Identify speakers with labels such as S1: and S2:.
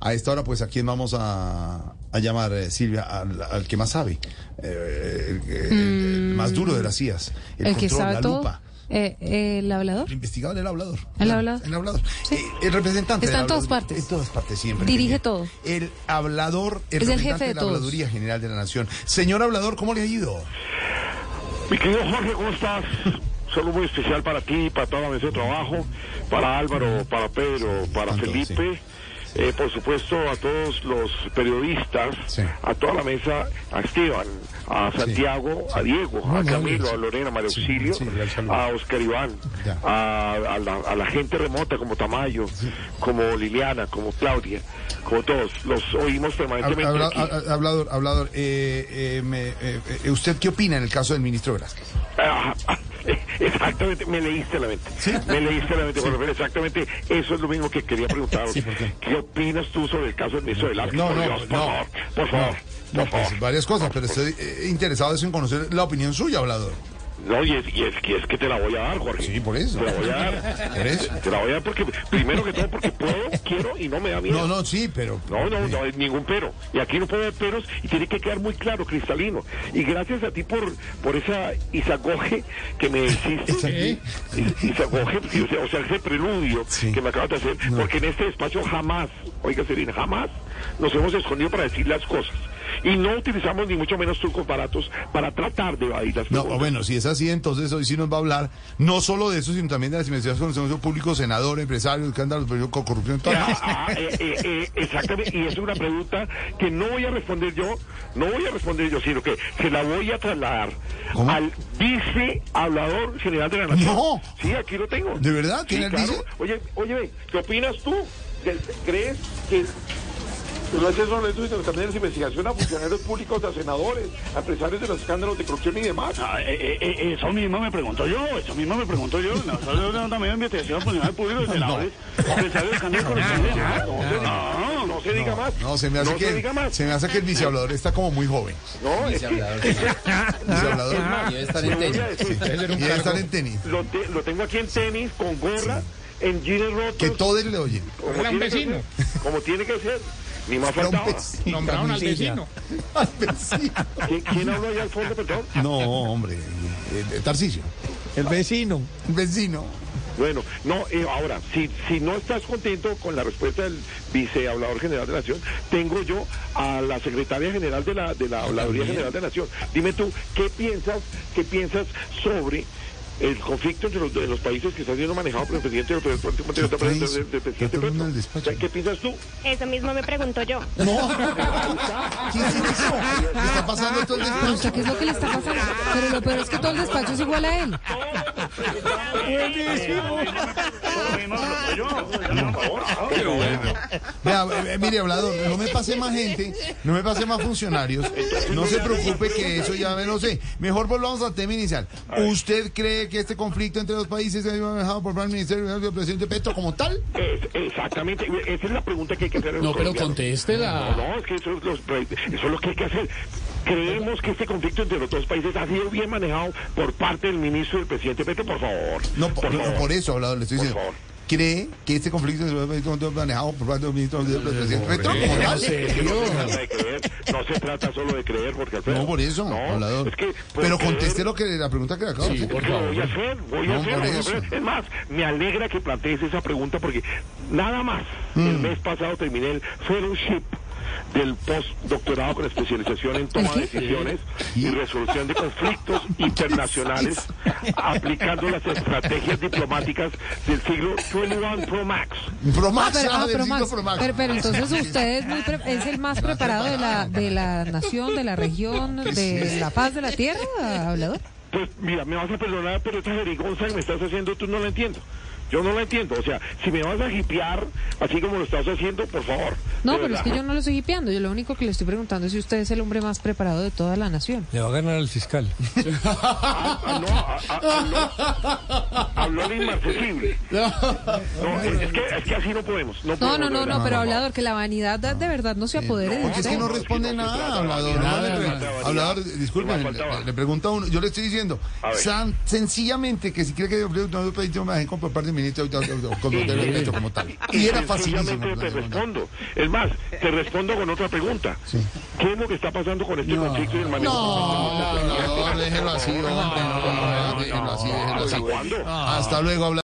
S1: A esta hora, pues, ¿a quién vamos a, a llamar, eh, Silvia? Al, al que más sabe, eh, el, el- el más duro de las CIAs, el,
S2: Mm. El
S1: control,
S2: que sabe
S1: la
S2: todo.
S1: lupa.
S2: eh, eh, el hablador.
S1: El investigador, el hablador.
S2: El hablador.
S1: El hablador. Eh, El representante.
S2: Está
S1: del
S2: en todas
S1: hablador.
S2: partes.
S1: En todas partes, siempre.
S2: Dirige
S1: Miguel.
S2: todo.
S1: El hablador, el
S2: Es el
S1: representante
S2: jefe de
S1: la
S2: todos.
S1: Habladuría General de la Nación. Señor hablador, ¿cómo le ha ido?
S3: Mi querido Jorge, ¿cómo estás? Solo muy especial para ti, para toda la mesa de trabajo, para Álvaro, para Pedro, para
S1: tanto,
S3: Felipe. eh, por supuesto, a todos los periodistas,
S1: Sí.
S3: a toda la mesa, a Esteban, a Santiago,
S1: sí.
S3: a Diego,
S1: No,
S3: a
S1: no,
S3: Camilo,
S1: sí.
S3: a Lorena, a María
S1: Sí,
S3: Auxilio,
S1: sí, ya saludo.
S3: a Oscar Iván,
S1: Ya.
S3: a, a la, a la gente remota como Tamayo, como Liliana, como Claudia, como todos. Los oímos permanentemente.
S1: Habla-
S3: aquí.
S1: habla- hablador, hablador. eh, eh, me- eh, eh, ¿Usted qué opina en el caso del ministro Velázquez?
S3: Ah, ah, Exactamente, me leíste la mente. Me leíste la mente, Juan Rafael, Exactamente, eso es lo mismo que quería preguntar.
S1: Sí, ¿por qué?
S3: opinas tú sobre el caso del ministro Velázquez?
S1: No,
S3: Por
S1: no,
S3: Dios, por
S1: no.
S3: favor, por favor.
S1: No,
S3: por
S1: pues,
S3: favor.
S1: varias cosas, pero estoy eh, interesado es en conocer la opinión suya, hablador.
S3: No, y es, y es- y es que te la voy a dar, Jorge.
S1: Sí, por eso.
S3: Te la voy a dar.
S1: Por eso.
S3: Te la voy a dar porque, primero que todo, porque puedo, quiero y no me da miedo.
S1: No, no, sí, pero.
S3: No, no, no hay ningún pero. Y aquí no puede haber peros y tiene que quedar muy claro, cristalino. Y gracias a ti por, por esa isagoge que me hiciste.
S1: ¿Isagoge?
S3: I- isagoge, sí, o sea, o sea, ese preludio
S1: Sí.
S3: que me acabas de hacer. Porque en este despacho jamás, oiga Serena, jamás nos hemos escondido para decir las cosas. Y no utilizamos ni mucho menos trucos baratos para tratar de evadir las
S1: No,
S3: preguntas.
S1: bueno, si es así, entonces hoy sí nos va a hablar no solo de eso, sino también de las investigaciones con el servicio público, senador, empresario, escándalos, pero con corrupción, todo.
S3: Ah, ah, eh, eh, eh, exactamente, y es una pregunta que no voy a responder yo, no voy a responder yo, sino que se la voy a trasladar
S1: ¿Cómo?
S3: al vicehablador general de la Nación.
S1: No.
S3: Sí, aquí lo tengo.
S1: ¿De verdad?
S3: Sí,
S1: ¿Tiene el
S3: claro.
S1: vice?
S3: Oye, oye, ven, ¿qué opinas tú? ¿Del- ¿Crees que no es eso, no es eso, sino también es investigación a funcionarios públicos, a senadores, a empresarios de los escándalos de corrupción y demás?
S4: Ah, eh, eh, eh, eso mismo me pregunto yo, eso mismo me pregunto yo. Nosotros no también investigación funcional público de senadores, empresarios que andan por el mundo,
S3: No, no se diga más.
S1: No, se me hace
S3: no
S1: que
S3: se diga más.
S1: se me hace que el vicehablador está como muy joven.
S3: No, es que-
S1: Vicehablador.
S5: Debe estar
S3: Lo
S5: en
S3: voy a
S5: tenis.
S3: decir.
S1: Y debe estar en tenis.
S3: Lo, te- lo tengo aquí en tenis, con gorra, en jeans rotos.
S1: Que todos le oyen.
S3: como,
S6: Era un
S3: tiene que
S6: vecino.
S3: ser, como tiene que ser. Ni más faltaba.
S1: Trompes.
S6: Nombraron al vecino.
S1: Al vecino.
S3: ¿Qui- ¿Quién habló allá al fondo, perdón?
S1: No, hombre. eh, eh, Tarcisio.
S7: El vecino.
S1: El vecino.
S3: Bueno, no, eh, ahora, si, si no estás contento con la respuesta del vicehablador general de la Nación, tengo yo a la secretaria general de la, de la Habladuría General de la Nación. Dime tú, ¿qué piensas, qué piensas sobre el conflicto entre los, de los países que está siendo manejado por el presidente del presidente,
S1: Este país?
S3: del- del
S1: Ya
S3: presidente
S1: todo el mundo en el
S3: Petro?
S1: despacho.
S3: O sea, ¿Qué piensas tú?
S8: Eso mismo me pregunto yo.
S1: No. ¿Qué es eso? ¿Le está pasando esto al
S2: O sea,
S1: despacho?
S2: ¿qué es lo que le está pasando? Pero lo peor es que todo el despacho es igual a él. Ah,
S4: Eso mismo me pregunto yo. No, por favor.
S1: Vea, eh, eh, mire, hablador, no me pase más gente, no me pase más funcionarios. No se preocupe que eso ya me lo sé. Mejor volvamos al tema inicial. ¿Usted cree que este conflicto entre los países ha sido manejado por el Ministerio del presidente Petro como tal?
S3: Es- exactamente, esa es la pregunta que hay que hacer. a los
S6: No, pero
S3: colombianos. No,
S6: contéstela.
S3: no, es que eso es, los- eso es lo que hay que hacer. Creemos que este conflicto entre los dos países ha sido bien manejado por parte del ministro y del presidente Petro, por favor.
S1: No, por, no,
S3: favor.
S1: por eso, hablador, le estoy
S3: Por
S1: diciendo.
S3: favor.
S1: ¿Cree que este conflicto entre los países ha sido manejado por parte del ministro del presidente Petro como
S6: No
S1: tal?
S6: sé,
S3: No
S6: yo.
S3: se trata de creer, no se trata solo de creer, porque Alfredo,
S1: No, por eso,
S3: no,
S1: hablador.
S3: es que por
S1: Pero
S3: creer-
S1: conteste lo que la pregunta que le acabo de
S6: Sí,
S1: hacer.
S6: por
S3: Lo voy a
S6: favor.
S3: hacer, voy a
S1: No,
S3: hacer,
S1: por
S3: voy a
S1: eso.
S3: hacer. Es más, me alegra que plantees esa pregunta porque nada más. El
S1: Mm.
S3: mes pasado terminé el fellowship del postdoctorado con especialización en toma de decisiones y resolución de conflictos internacionales aplicando las estrategias diplomáticas del siglo 21 Pro Max.
S1: Promax,
S2: Pero,
S1: ah,
S2: ah,
S1: del
S2: pero
S1: siglo
S2: Max,
S1: Promax.
S2: pero, pero entonces usted es, muy pre- es el más preparado de la, de la nación, de la región, de la paz de la tierra, hablador.
S3: Pues mira, me vas a perdonar, pero esta jerigonza que me estás haciendo tú no la entiendo. Yo no la entiendo. O sea, si me vas a hipear así como lo estás haciendo, por favor.
S2: No,
S3: de
S2: pero es
S3: verdad.
S2: que yo no lo estoy hipeando. Yo lo único que le estoy preguntando es si usted es el hombre más preparado de toda la nación.
S7: Le va a ganar al fiscal.
S3: Habló, ah, habló el inmarcesible. No, es que, es que así no podemos. No,
S2: No,
S3: podemos,
S2: no,
S3: de
S2: no,
S3: verdad.
S2: no, pero hablador, que la vanidad da- de verdad no se apodere de
S1: Porque es que
S2: usted.
S1: no
S3: no,
S1: responde
S3: sí, no,
S1: nada,
S3: sí,
S1: hablador.
S3: nada,
S1: Nada,
S3: nada,
S1: nada.
S3: nada.
S1: Hablador, disculpen,
S3: Igual
S1: le,
S3: faltaba.
S1: le pregunto a uno, yo le estoy diciendo,
S3: A ver.
S1: san- sencillamente que si cree que no país un manejo por parte del ministro con el derecho como tal. Y era facilísimo.
S3: Sencillamente te respondo. Es más, te respondo con otra pregunta. ¿Qué es lo que está pasando con este conflicto y el manejo?
S1: No, no, no, déjelo así, hombre. No, no, no, déjelo así, déjelo así. Hasta luego, habla.